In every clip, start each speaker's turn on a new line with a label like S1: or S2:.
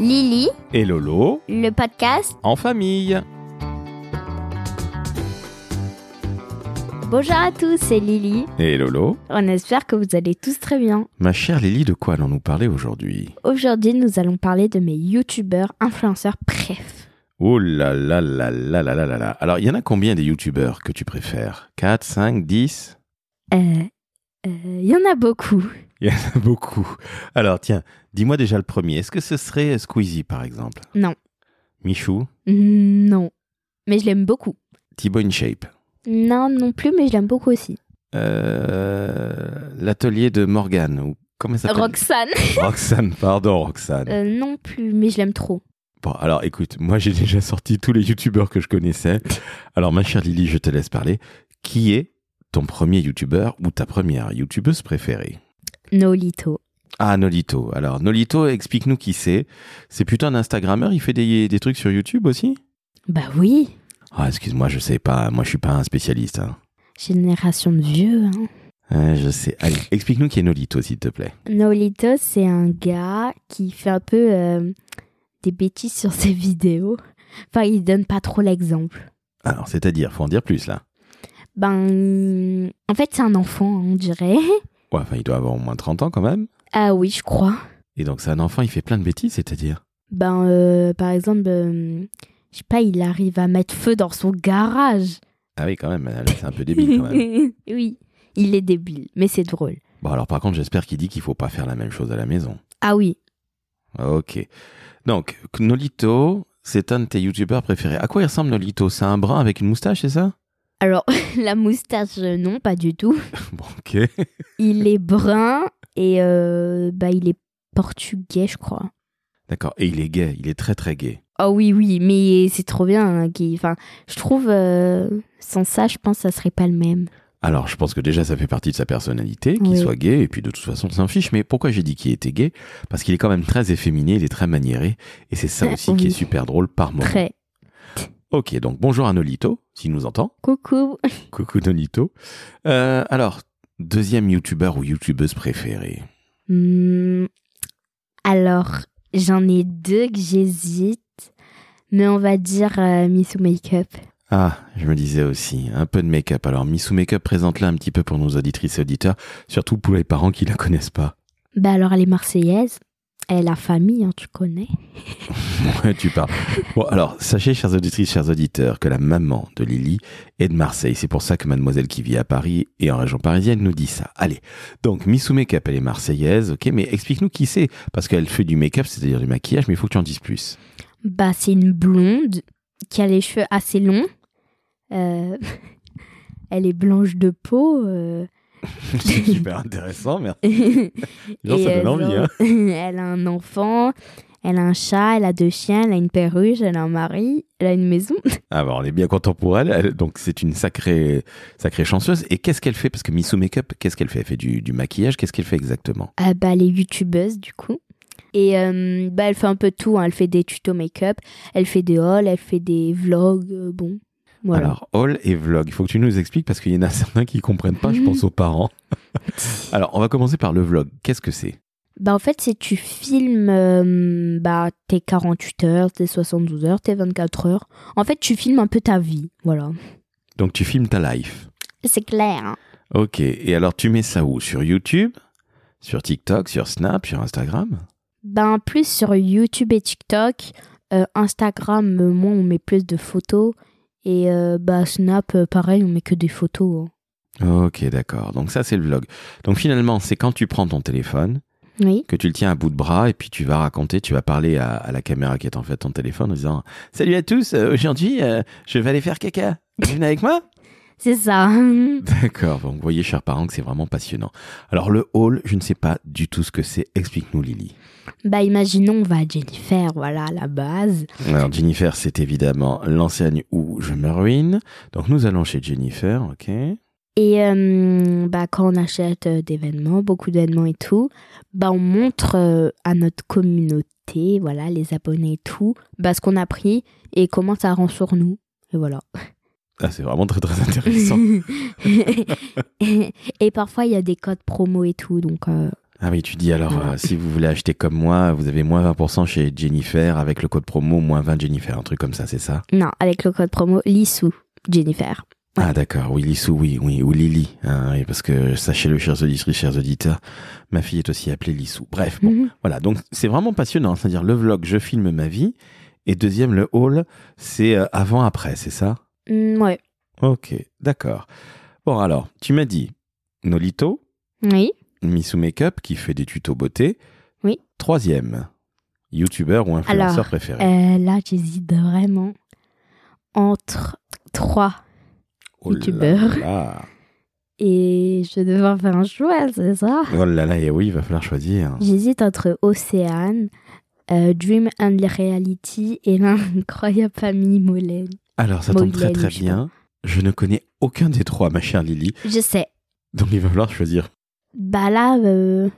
S1: Lily,
S2: et Lolo
S1: le podcast
S2: en famille.
S1: Bonjour à tous, c'est Lily.
S2: Et Lolo
S1: On espère que vous allez tous très bien.
S2: Ma chère Lily, de quoi allons-nous parler aujourd'hui
S1: Aujourd'hui, nous allons parler de mes youtubeurs influenceurs préf.
S2: Oh là là là là là là là là. Alors, il y en a combien des youtubeurs que tu préfères 4, 5, 10
S1: Euh, euh, il y en a beaucoup.
S2: Beaucoup. Alors, tiens, dis-moi déjà le premier. Est-ce que ce serait Squeezie, par exemple
S1: Non.
S2: Michou
S1: Mm, Non. Mais je l'aime beaucoup.
S2: Thibaut InShape
S1: Non, non plus, mais je l'aime beaucoup aussi.
S2: euh, L'atelier de Morgane ou Comment ça s'appelle
S1: Roxane
S2: Roxane, pardon, Roxane.
S1: Euh, Non plus, mais je l'aime trop.
S2: Bon, alors écoute, moi j'ai déjà sorti tous les youtubeurs que je connaissais. Alors ma chère Lily, je te laisse parler. Qui est ton premier youtubeur ou ta première youtubeuse préférée
S1: Nolito.
S2: Ah, Nolito. Alors Nolito, explique-nous qui c'est. C'est plutôt un Instagrammeur, il fait des, des trucs sur YouTube aussi
S1: Bah oui,
S2: Ah, excuse-moi, je sais pas. Moi je suis pas un spécialiste. hein.
S1: génération de vieux. hein.
S2: Ouais, je sais. Allez, explique-nous qui est Nolito, s'il te plaît.
S1: Nolito, c'est un gars qui fait un peu euh, des bêtises sur ses vidéos. Enfin, il donne pas trop l'exemple.
S2: Alors, c'est-à-dire, faut en dire plus là.
S1: Ben, en fait, c'est un enfant, hein, on dirait.
S2: Ouais, enfin, il doit avoir au moins 30 ans quand même.
S1: Ah oui, je crois.
S2: Et donc, c'est un enfant, il fait plein de bêtises, c'est-à-dire.
S1: Ben, euh, par exemple, euh, je sais pas, il arrive à mettre feu dans son garage.
S2: Ah oui, quand même, là, c'est un peu débile quand même.
S1: oui, il est débile, mais c'est drôle.
S2: Bon, alors par contre, j'espère qu'il dit qu'il faut pas faire la même chose à la maison.
S1: Ah oui,
S2: Ok. Donc, Nolito, c'est un de tes youtubeurs préférés. À quoi il ressemble Nolito C'est un brun avec une moustache, c'est ça
S1: alors, la moustache, euh, non, pas du tout.
S2: Bon, ok.
S1: Il est brun et euh, bah, il est portugais, je crois.
S2: D'accord. Et il est gay, il est très très gay.
S1: Oh oui, oui, mais c'est trop bien. hein, qu'il- Enfin, je trouve, euh, sans ça, je pense que ça serait pas le même.
S2: Alors, je pense que déjà, ça fait partie de sa personnalité, qu'il
S1: Oui.
S2: soit gay, et puis de toute façon, on s'en fiche. Mais pourquoi j'ai dit qu'il était gay Parce qu'il est quand même très efféminé, il est très maniéré, et c'est ça
S1: Ah,
S2: aussi qui
S1: oui.
S2: est super drôle par moment.
S1: Très.
S2: Ok, donc bonjour à Nolito, s'il nous entend.
S1: Coucou.
S2: Coucou Nolito. Euh, alors, deuxième youtubeur ou youtubeuse préférée
S1: Hmm, alors, j'en ai deux que j'hésite. Mais on va dire euh, Missou Makeup.
S2: Ah, je me disais aussi, un peu de make-up. Alors, Missou Make-up, présente-la un petit peu pour nos auditrices et auditeurs, surtout pour les parents qui la connaissent pas.
S1: Bah alors, elle est marseillaise. Elle a famille, hein, tu connais.
S2: Ouais, tu parles. Bon, alors, sachez, chères auditrices, chers auditeurs, que la maman de Lily est de Marseille. C'est pour ça que mademoiselle qui vit à Paris et en région parisienne nous dit ça. Allez, donc, Missou Make-up, elle est marseillaise, ok, mais explique-nous qui c'est, parce qu'elle fait du make-up, c'est-à-dire du maquillage, mais il faut que tu en dises plus.
S1: Bah, c'est une blonde qui a les cheveux assez longs. Euh, elle est blanche de peau. euh,
S2: C'est super intéressant, merci. Genre,
S1: Et
S2: ça donne
S1: elles
S2: envie,
S1: ont-
S2: hein.
S1: elle a un enfant, elle a un chat, elle a deux chiens, elle a une perruche, elle a un mari, elle a une maison.
S2: Ah bah on est bien content pour elle. Elle- donc c'est une sacrée, sacrée chanceuse. Et qu'est-ce qu'elle fait Parce que Missou Makeup, qu'est-ce qu'elle fait Elle fait du, du maquillage, qu'est-ce qu'elle fait exactement
S1: Ah bah, elle est youtubeuse, du coup. Et euh, bah, elle fait un peu tout. hein. Elle fait des tutos make-up, elle fait des hauls, elle fait des vlogs. euh, bon, voilà.
S2: Alors, haul et vlog, il faut que tu nous expliques parce qu'il y en a certains qui comprennent pas, je pense aux parents. Alors, on va commencer par le vlog. Qu'est-ce que c'est
S1: Bah, en fait, c'est tu filmes euh, bah, tes 48 heures, tes 72 heures, tes 24 heures. En fait, tu filmes un peu ta vie. Voilà.
S2: Donc, tu filmes ta life.
S1: C'est clair. hein.
S2: Ok, et alors tu mets ça où Sur YouTube Sur TikTok Sur Snap Sur Instagram
S1: Ben, plus sur YouTube et TikTok. Euh, Instagram, euh, moi, on met plus de photos. Et euh, bah, Snap, euh, pareil, on met que des photos. hein.
S2: Ok, d'accord. Donc ça, c'est le vlog. Donc finalement, c'est quand tu prends ton téléphone
S1: Oui.
S2: que tu le tiens à bout de bras et puis tu vas raconter, tu vas parler à, à la caméra qui est en fait ton téléphone en disant Salut à tous, euh, aujourd'hui euh, je vais aller faire caca. Vous venez avec moi
S1: C'est ça.
S2: D'accord, donc vous voyez, chers parents, que c'est vraiment passionnant. Alors le hall, je ne sais pas du tout ce que c'est. Explique-nous, Lily.
S1: bah, imaginons, on va à Jennifer, voilà, à la base.
S2: Alors Jennifer, c'est évidemment l'enseigne où je me ruine. Donc nous allons chez Jennifer, ok
S1: Et euh, bah, quand on achète euh, des vêtements, beaucoup d'événements et tout, bah, on montre euh, à notre communauté, voilà, les abonnés et tout, bah, ce qu'on a pris et comment ça rend sur nous. Et voilà.
S2: ah, C'est vraiment très très intéressant.
S1: et parfois, il y a des codes promo et tout, donc euh,
S2: Ah oui, tu dis alors,
S1: Voilà.
S2: euh, si vous voulez acheter comme moi, vous avez moins 20% chez Jennifer avec le code promo moins 20 Jennifer, un truc comme ça, c'est ça
S1: Non, avec le code promo Lissou, Jennifer.
S2: Ah d'accord, oui, Lissou, oui, oui, ou Lily, hein, oui, parce que sachez-le, chers auditeurs, chers auditeurs, ma fille est aussi appelée Lissou. Bref, bon,
S1: Mhm.
S2: voilà, donc c'est vraiment passionnant, c'est-à-dire le vlog, je filme ma vie, et deuxième, le haul, c'est euh, avant-après, c'est ça
S1: Mm, ouais.
S2: Ok, d'accord. Bon alors, tu m'as dit, Nolito,
S1: Oui.
S2: Missou Makeup, qui fait des tutos beauté.
S1: Oui.
S2: Troisième, youtubeur ou influenceur
S1: Alors,
S2: préféré.
S1: Euh, là, j'hésite vraiment entre trois.
S2: Oh là
S1: youtubeur.
S2: là.
S1: Et je vais devoir faire un choix, c'est ça
S2: Oh là là, et oui, il va falloir choisir.
S1: J'hésite entre Océane, euh, Dream and Reality et l'incroyable famille Molen.
S2: Alors, ça tombe
S1: Molière,
S2: très très
S1: je sais
S2: bien. Je ne connais aucun des trois, ma chère Lily,
S1: Je sais.
S2: donc il va falloir choisir.
S1: Bah là, euh,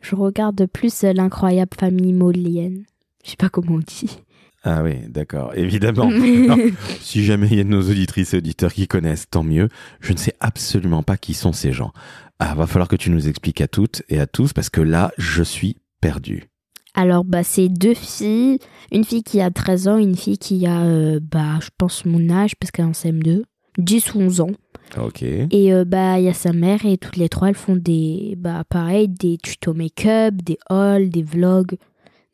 S1: je regarde plus l'incroyable famille Molienne. Je sais pas comment on dit.
S2: Ah oui, d'accord, évidemment. Alors, si jamais il y a de nos auditrices et auditeurs qui connaissent, tant mieux. Je ne sais absolument pas qui sont ces gens. Ah, va falloir que tu nous expliques à toutes et à tous, parce que là, je suis perdu.
S1: Alors, bah, c'est deux filles. Une fille qui a 13 ans, une fille qui a, euh, bah, je pense mon âge, parce qu'elle est en CM2. 10 ou 11 ans.
S2: Ok.
S1: Et euh, bah il y a sa mère et toutes les trois elles font des bah pareil des tutos make-up, des hauls, des vlogs,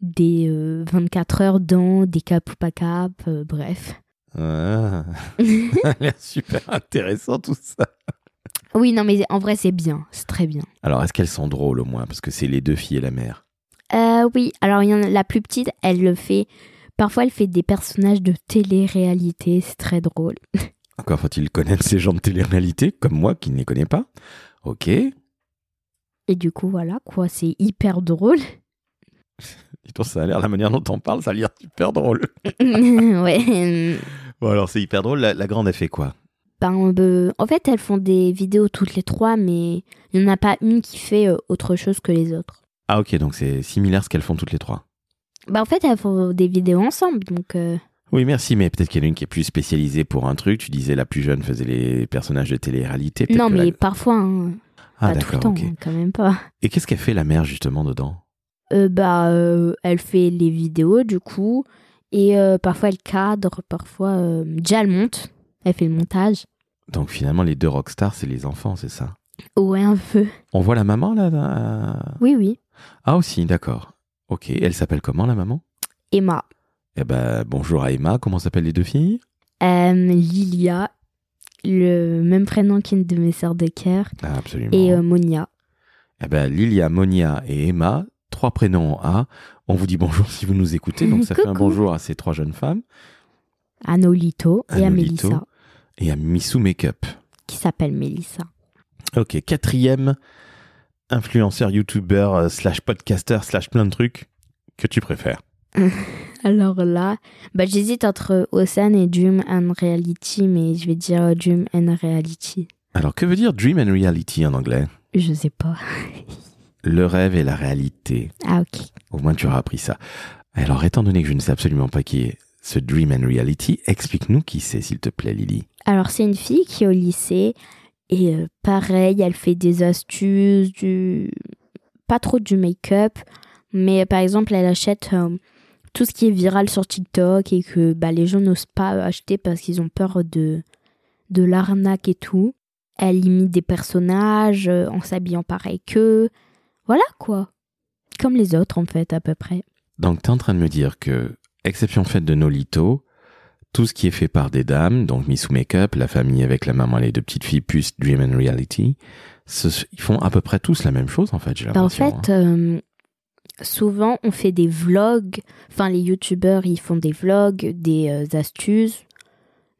S1: des euh, 24 heures dans, des cap ou pas cap, euh, bref.
S2: Ah, ça a l'air super intéressant tout ça.
S1: oui non mais en vrai c'est bien, c'est très bien.
S2: Alors, est-ce qu'elles sont drôles au moins Parce que c'est les deux filles et la mère.
S1: Euh, oui alors il y en a, la plus petite elle le fait parfois elle fait des personnages de télé-réalité, c'est très drôle.
S2: Encore faut-il connaître ces gens de télé-réalité, comme moi qui ne les connais pas. Ok.
S1: Et du coup voilà quoi c'est hyper drôle.
S2: Et toi, ça a l'air, la manière dont on parle, ça a l'air super drôle.
S1: ouais.
S2: Bon, alors c'est hyper drôle. La, la grande a fait quoi
S1: Ben, euh, en fait, elles font des vidéos toutes les trois, mais il n'y en a pas une qui fait euh, autre chose que les autres.
S2: Ah, ok, donc c'est similaire ce qu'elles font toutes les trois.
S1: Ben, en fait, elles font des vidéos ensemble, donc... euh,
S2: Oui, merci, mais peut-être qu'il y en a une qui est plus spécialisée pour un truc. Tu disais la plus jeune faisait les personnages de télé-réalité. peut-être
S1: Non,
S2: que la-
S1: mais parfois, hein,
S2: Ah,
S1: pas tout le
S2: d'accord,
S1: temps,
S2: ok.
S1: hein, quand même pas.
S2: Et qu'est-ce qu'elle fait la mère justement dedans
S1: Euh, bah, euh, elle fait les vidéos, du coup, et euh, parfois elle cadre, parfois... euh, déjà, elle monte, elle fait le montage.
S2: Donc finalement, les deux rockstars, c'est les enfants, c'est ça
S1: Ouais, un peu.
S2: On voit la maman là, là
S1: Oui, oui.
S2: Ah, aussi, d'accord. Ok, elle s'appelle comment la maman
S1: Emma.
S2: Eh ben, bonjour à Emma, comment s'appellent les deux filles
S1: Euh, Lilia, le même prénom qu'une de mes sœurs de cœur,
S2: Ah, Absolument.
S1: et euh, Monia.
S2: Eh ben, Lilia, Monia et Emma, trois prénoms en A. On vous dit bonjour si vous nous écoutez, donc ça fait un
S1: Coucou.
S2: bonjour à ces trois jeunes femmes
S1: Anolito et à
S2: Anolito.
S1: Mélissa,
S2: et à Missou Makeup.
S1: qui s'appelle Mélissa.
S2: Ok, quatrième influenceur, youtubeur, euh, slash podcaster, slash plein de trucs que tu préfères.
S1: Alors là, bah, j'hésite entre Osan et Dream and Reality, mais je vais dire euh, Dream and Reality.
S2: Alors, que veut dire dream and reality en anglais
S1: Je sais pas.
S2: Le rêve et la réalité.
S1: Ah ok.
S2: Au moins, tu auras appris ça. Alors, étant donné que je ne sais absolument pas qui est ce dream and reality, explique-nous qui c'est, s'il te plaît, Lily.
S1: Alors c'est une fille qui est au lycée et euh, pareil, elle fait des astuces, du... pas trop du make-up, mais euh, par exemple elle achète euh, tout ce qui est viral sur TikTok et que bah, les gens n'osent pas acheter parce qu'ils ont peur de, de l'arnaque et tout. Elle imite des personnages euh, en s'habillant pareil qu'eux. Voilà quoi. Comme les autres en fait à peu près.
S2: Donc, tu es en train de me dire que, exception faite de Nolito, tout ce qui est fait par des dames, donc Miss Makeup, la famille avec la maman et les deux petites filles, plus Dream and Reality, ce- ils font à peu près tous la même chose, en fait, j'ai
S1: Bah, en
S2: l'impression. hein.
S1: fait, euh, souvent on fait des vlogs. Enfin, les youtubeurs ils font des vlogs, des euh, astuces,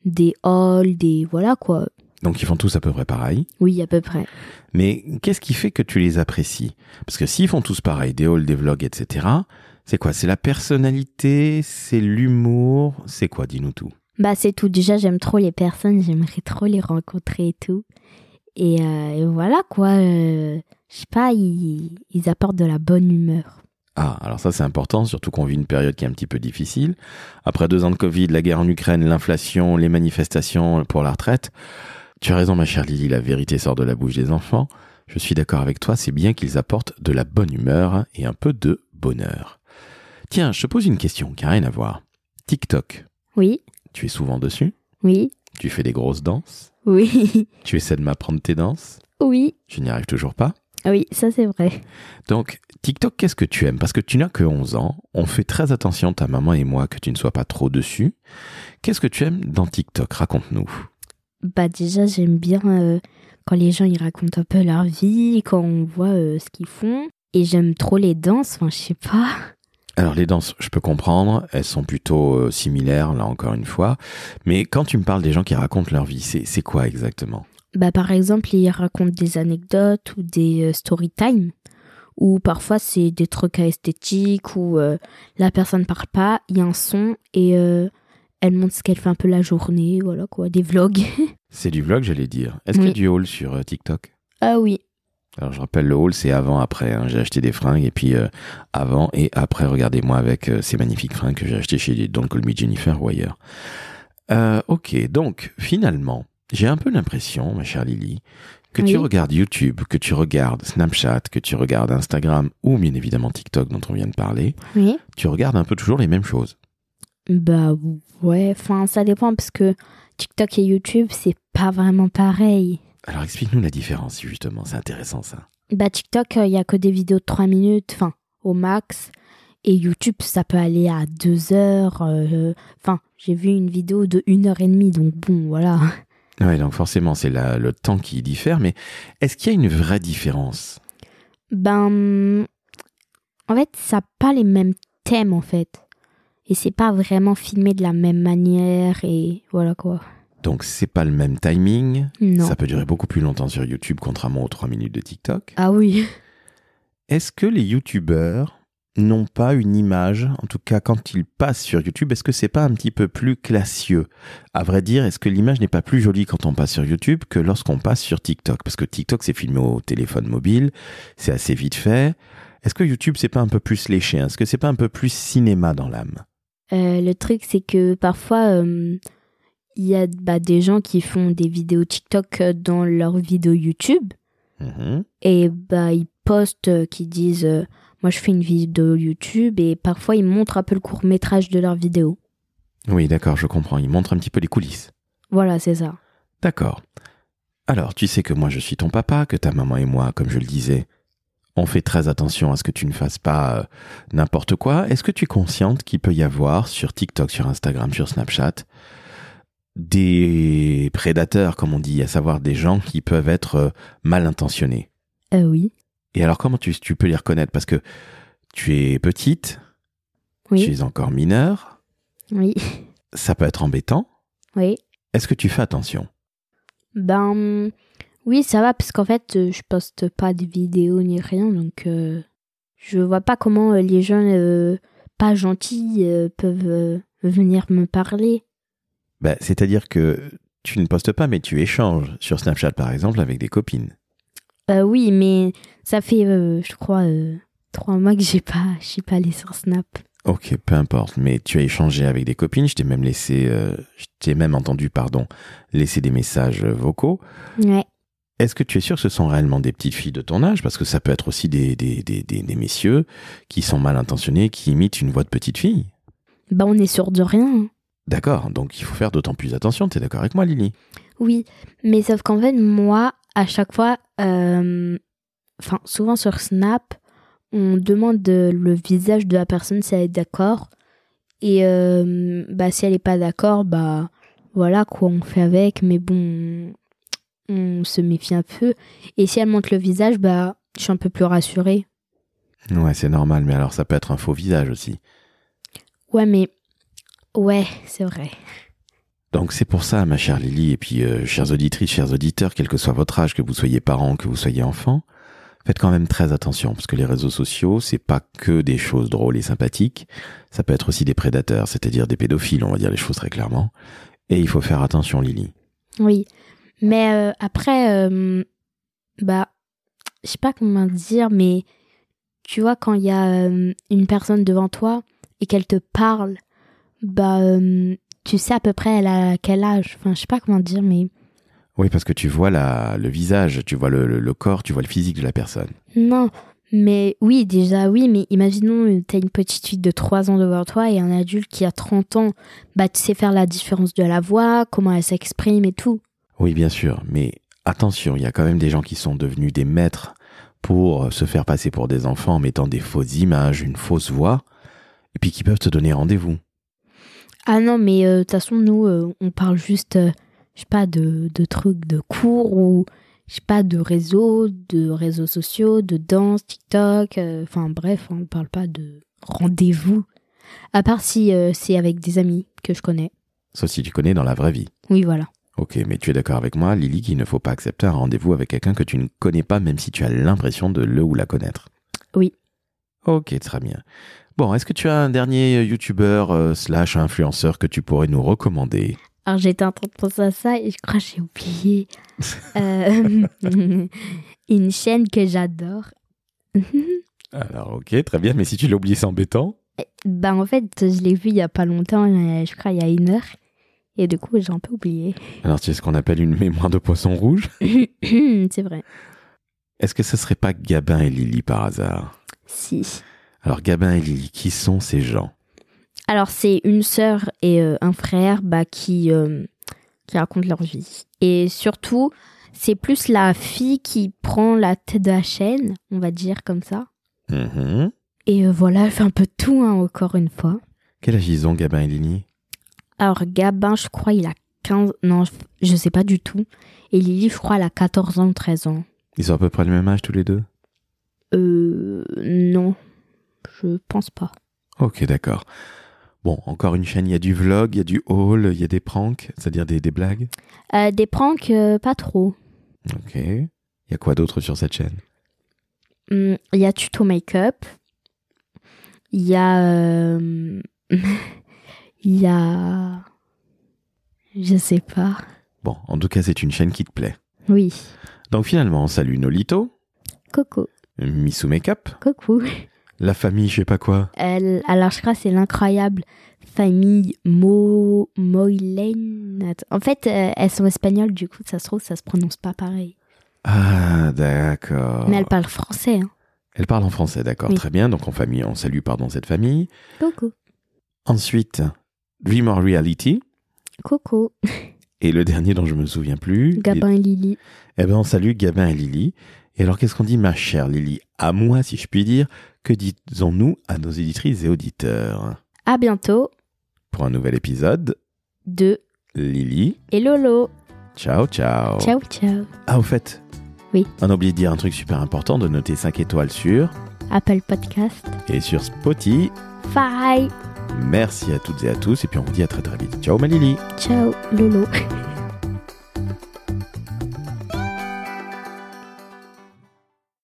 S1: des hauls, des. Voilà quoi.
S2: Donc, ils font tous à peu près pareil.
S1: Oui, à peu près.
S2: Mais qu'est-ce qui fait que tu les apprécies Parce que s'ils font tous pareil, des hauls, des vlogs, etc., c'est quoi C'est la personnalité C'est l'humour C'est quoi Dis-nous tout.
S1: Bah, c'est tout. Déjà, j'aime trop les personnes, j'aimerais trop les rencontrer et tout. Et, euh, et voilà quoi. euh, Je sais pas, ils, ils apportent de la bonne humeur.
S2: Ah, alors ça c'est important, surtout qu'on vit une période qui est un petit peu difficile. Après deux ans de Covid, la guerre en Ukraine, l'inflation, les manifestations pour la retraite. Tu as raison ma chère Lily, la vérité sort de la bouche des enfants. Je suis d'accord avec toi, c'est bien qu'ils apportent de la bonne humeur et un peu de bonheur. Tiens, je te pose une question qui n'a rien à voir. TikTok,
S1: Oui,
S2: tu es souvent dessus
S1: oui,
S2: Tu fais des grosses danses
S1: oui,
S2: Tu essaies de m'apprendre tes danses
S1: oui,
S2: Je n'y arrive toujours pas.
S1: oui, ça c'est vrai.
S2: Donc, TikTok, qu'est-ce que tu aimes Parce que tu n'as que 11 ans. On fait très attention, ta maman et moi, que tu ne sois pas trop dessus. Qu'est-ce que tu aimes dans TikTok Raconte-nous.
S1: Bah déjà j'aime bien euh, quand les gens ils racontent un peu leur vie, quand on voit euh, ce qu'ils font. Et j'aime trop les danses, enfin je sais pas.
S2: Alors, les danses, je peux comprendre. Elles sont plutôt euh, similaires, là encore une fois. Mais quand tu me parles des gens qui racontent leur vie, c'est c'est quoi exactement
S1: Bah par exemple ils racontent des anecdotes ou des euh, story time. Ou parfois c'est des trucs à esthétique où euh, la personne parle pas, il y a un son et euh, elle montre ce qu'elle fait un peu la journée, voilà quoi, des vlogs.
S2: C'est du vlog, j'allais dire. Est-ce qu'il y a
S1: Oui.
S2: du haul sur euh, TikTok
S1: ah oui,
S2: alors je rappelle le haul c'est avant après hein. j'ai acheté des fringues et puis euh, avant et après regardez-moi avec euh, ces magnifiques fringues que j'ai achetées chez dans le Call Me Jennifer ou ailleurs. Euh, ok donc finalement j'ai un peu l'impression ma chère Lily que tu
S1: Oui.
S2: regardes YouTube que tu regardes Snapchat que tu regardes Instagram ou bien évidemment TikTok dont on vient de parler
S1: oui.
S2: tu regardes un peu toujours les mêmes choses.
S1: Bah ouais, enfin ça dépend parce que TikTok et YouTube c'est pas vraiment pareil.
S2: Alors explique-nous la différence justement c'est intéressant ça.
S1: Bah TikTok il y a que des vidéos de 3 minutes, enfin au max. Et YouTube ça peut aller à 2 heures. euh, Enfin j'ai vu une vidéo de 1 heure et demie donc bon voilà.
S2: Ouais donc forcément c'est la- le temps qui diffère mais est-ce qu'il y a une vraie différence?
S1: Ben en fait ça n'a pas les mêmes thèmes en fait. Et c'est pas vraiment filmé de la même manière et voilà quoi.
S2: Donc c'est pas le même timing.
S1: Non.
S2: Ça peut durer beaucoup plus longtemps sur YouTube, contrairement aux 3 minutes de TikTok.
S1: Ah oui.
S2: Est-ce que les YouTubeurs n'ont pas une image, en tout cas quand ils passent sur YouTube, est-ce que c'est pas un petit peu plus classieux À vrai dire, est-ce que l'image n'est pas plus jolie quand on passe sur YouTube que lorsqu'on passe sur TikTok Parce que TikTok c'est filmé au téléphone mobile, c'est assez vite fait. Est-ce que YouTube c'est pas un peu plus léché hein Est-ce que c'est pas un peu plus cinéma dans l'âme
S1: Euh, le truc, c'est que parfois, euh, il y a bah, des gens qui font des vidéos TikTok euh, dans leurs vidéos YouTube.
S2: Mhm.
S1: Et bah, ils postent, euh, qui disent euh, Moi, je fais une vidéo YouTube. Et parfois, ils montrent un peu le court-métrage de leur vidéo.
S2: Oui, d'accord, je comprends. Ils montrent un petit peu les coulisses.
S1: Voilà, c'est ça.
S2: D'accord. Alors, tu sais que moi je suis ton papa, que ta maman et moi, comme je le disais, on fait très attention à ce que tu ne fasses pas euh, n'importe quoi. Est-ce que tu es consciente qu'il peut y avoir sur TikTok, sur Instagram, sur Snapchat, des prédateurs, comme on dit, à savoir des gens qui peuvent être euh, mal intentionnés
S1: Euh, oui.
S2: Et alors, comment tu, tu peux les reconnaître Parce que tu es petite, tu
S1: Oui.
S2: es encore mineure,
S1: Oui.
S2: ça peut être embêtant.
S1: Oui.
S2: Est-ce que tu fais attention
S1: Ben. Oui, ça va, parce qu'en fait, euh, je poste pas de vidéos ni rien. Donc, euh, je vois pas comment euh, les gens euh, pas gentils euh, peuvent euh, venir me parler.
S2: Bah, C'est-à-dire que tu ne postes pas, mais tu échanges sur Snapchat, par exemple, avec des copines.
S1: Euh, oui, mais ça fait, euh, je crois, euh, trois mois que j'ai pas, je suis pas allée sur Snap.
S2: Ok, peu importe, mais tu as échangé avec des copines, je t'ai même laissé, euh, je t'ai même entendu, pardon, laisser des messages vocaux.
S1: Ouais.
S2: Est-ce que tu es sûr que ce sont réellement des petites filles de ton âge Parce que ça peut être aussi des, des, des, des, des messieurs qui sont mal intentionnés, qui imitent une voix de petite fille.
S1: Bah, on est sûr de rien. hein.
S2: D'accord, donc il faut faire d'autant plus attention, t'es d'accord avec moi, Lily
S1: Oui, mais sauf qu'en fait, moi, à chaque fois, euh, enfin, souvent sur Snap, on demande euh, le visage de la personne si elle est d'accord. Et euh, bah, si elle est pas d'accord, bah, voilà quoi, on fait avec, mais bon, on se méfie un peu. Et si elle montre le visage, bah, je suis un peu plus rassurée.
S2: Ouais, c'est normal, mais alors ça peut être un faux visage aussi.
S1: Ouais, mais. Ouais, c'est vrai.
S2: Donc c'est pour ça, ma chère Lily, et puis euh, chères auditrices, chers auditeurs, quel que soit votre âge, que vous soyez parents, que vous soyez enfants, faites quand même très attention, parce que les réseaux sociaux, c'est pas que des choses drôles et sympathiques, ça peut être aussi des prédateurs, c'est-à-dire des pédophiles, on va dire les choses très clairement. Et il faut faire attention, Lily.
S1: Oui. Mais euh, après, euh, bah, je sais pas comment dire, mais tu vois, quand il y a euh, une personne devant toi et qu'elle te parle, bah, euh, tu sais à peu près elle a quel âge. Enfin, je sais pas comment dire, mais
S2: Oui, parce que tu vois la, le visage, tu vois le, le- le corps, tu vois le physique de la personne.
S1: Non, mais oui, déjà oui, mais imaginons, euh, t'as une petite fille de 3 ans devant toi et un adulte qui a 30 ans. Bah, tu sais faire la différence de la voix, comment elle s'exprime et tout.
S2: Oui, bien sûr, mais attention, il y a quand même des gens qui sont devenus des maîtres pour euh, se faire passer pour des enfants en mettant des fausses images, une fausse voix, et puis qui peuvent te donner rendez-vous.
S1: Ah non, mais euh, de toute façon, nous, euh, on parle juste, euh, je sais pas, de, de trucs de cours ou, je sais pas, de réseaux, de réseaux sociaux, de danse, TikTok, euh, enfin bref, on parle pas de rendez-vous. À part si euh, c'est avec des amis que je connais.
S2: Sauf si tu connais dans la vraie vie.
S1: Oui, voilà.
S2: Ok, mais tu es d'accord avec moi, Lily, qu'il ne faut pas accepter un rendez-vous avec quelqu'un que tu ne connais pas, même si tu as l'impression de le ou la connaître.
S1: Oui.
S2: Ok, très bien. Bon, est-ce que tu as un dernier youtubeur euh, slash influenceur que tu pourrais nous recommander
S1: Alors j'étais en train de penser à ça et je crois que j'ai oublié euh, une chaîne que j'adore.
S2: Alors, ok, très bien, mais si tu l'as oublié, c'est embêtant.
S1: Bah en fait, je l'ai vue il y a pas longtemps, euh, je crois il y a une heure. Et du coup, j'ai un peu oublié.
S2: Alors, tu as ce qu'on appelle une mémoire de poisson rouge.
S1: C'est vrai.
S2: Est-ce que ce serait pas Gabin et Lily par hasard
S1: Si.
S2: Alors, Gabin et Lily, qui sont ces gens
S1: Alors c'est une sœur et euh, un frère bah, qui, euh, qui racontent leur vie. Et surtout, c'est plus la fille qui prend la tête de la chaîne, on va dire comme ça.
S2: Mhm.
S1: Et euh, voilà, elle fait un peu tout, hein, encore une fois.
S2: Quel âge ils ont, Gabin et Lily
S1: Alors, Gabin, je crois, il a 15... Non, je- je sais pas du tout. Et Lily, je crois, elle a 14 ans ou 13 ans.
S2: Ils ont à peu près le même âge tous les deux
S1: Euh... Non, je pense pas.
S2: Ok, d'accord. Bon, encore une chaîne, il y a du vlog, il y a du haul, il y a des pranks, c'est-à-dire des, des blagues.
S1: Euh, des pranks, euh, pas trop.
S2: Ok. Il y a quoi d'autre sur cette chaîne
S1: Hum, Il y a tuto make-up. Il y a... euh, Il y a... Je sais pas.
S2: Bon, en tout cas, c'est une chaîne qui te plaît.
S1: Oui.
S2: Donc finalement, on salue Nolito,
S1: Coco.
S2: Missou Makeup,
S1: Coucou.
S2: la famille, je sais pas quoi.
S1: Elle... Alors, je crois, c'est l'incroyable famille Mo... Moilen. Attends. En fait, euh, elles sont espagnoles, du coup, ça se trouve, ça se prononce pas pareil.
S2: Ah, d'accord.
S1: Mais elle parle français, hein.
S2: Elle parle en français, d'accord,
S1: Oui.
S2: très bien. Donc en famille, on salue, pardon, cette famille.
S1: Coco.
S2: Ensuite, Dream or Reality.
S1: Coco.
S2: Et le dernier dont je me souviens plus.
S1: Gabin et Lily.
S2: Eh ben, on salue Gabin et Lily. Et alors, qu'est-ce qu'on dit, ma chère Lily À moi, si je puis dire, que disons-nous à nos éditrices et auditeurs
S1: À bientôt
S2: Pour un nouvel épisode,
S1: de
S2: Lily,
S1: Et Lolo.
S2: ciao, ciao
S1: Ciao, ciao.
S2: Ah, au fait
S1: Oui.
S2: On a oublié de dire un truc super important, de noter 5 étoiles sur
S1: Apple Podcast.
S2: et sur Spotify.
S1: Bye.
S2: Merci à toutes et à tous, et puis on vous dit à très très vite. Ciao, ma Lily
S1: Ciao, Lolo.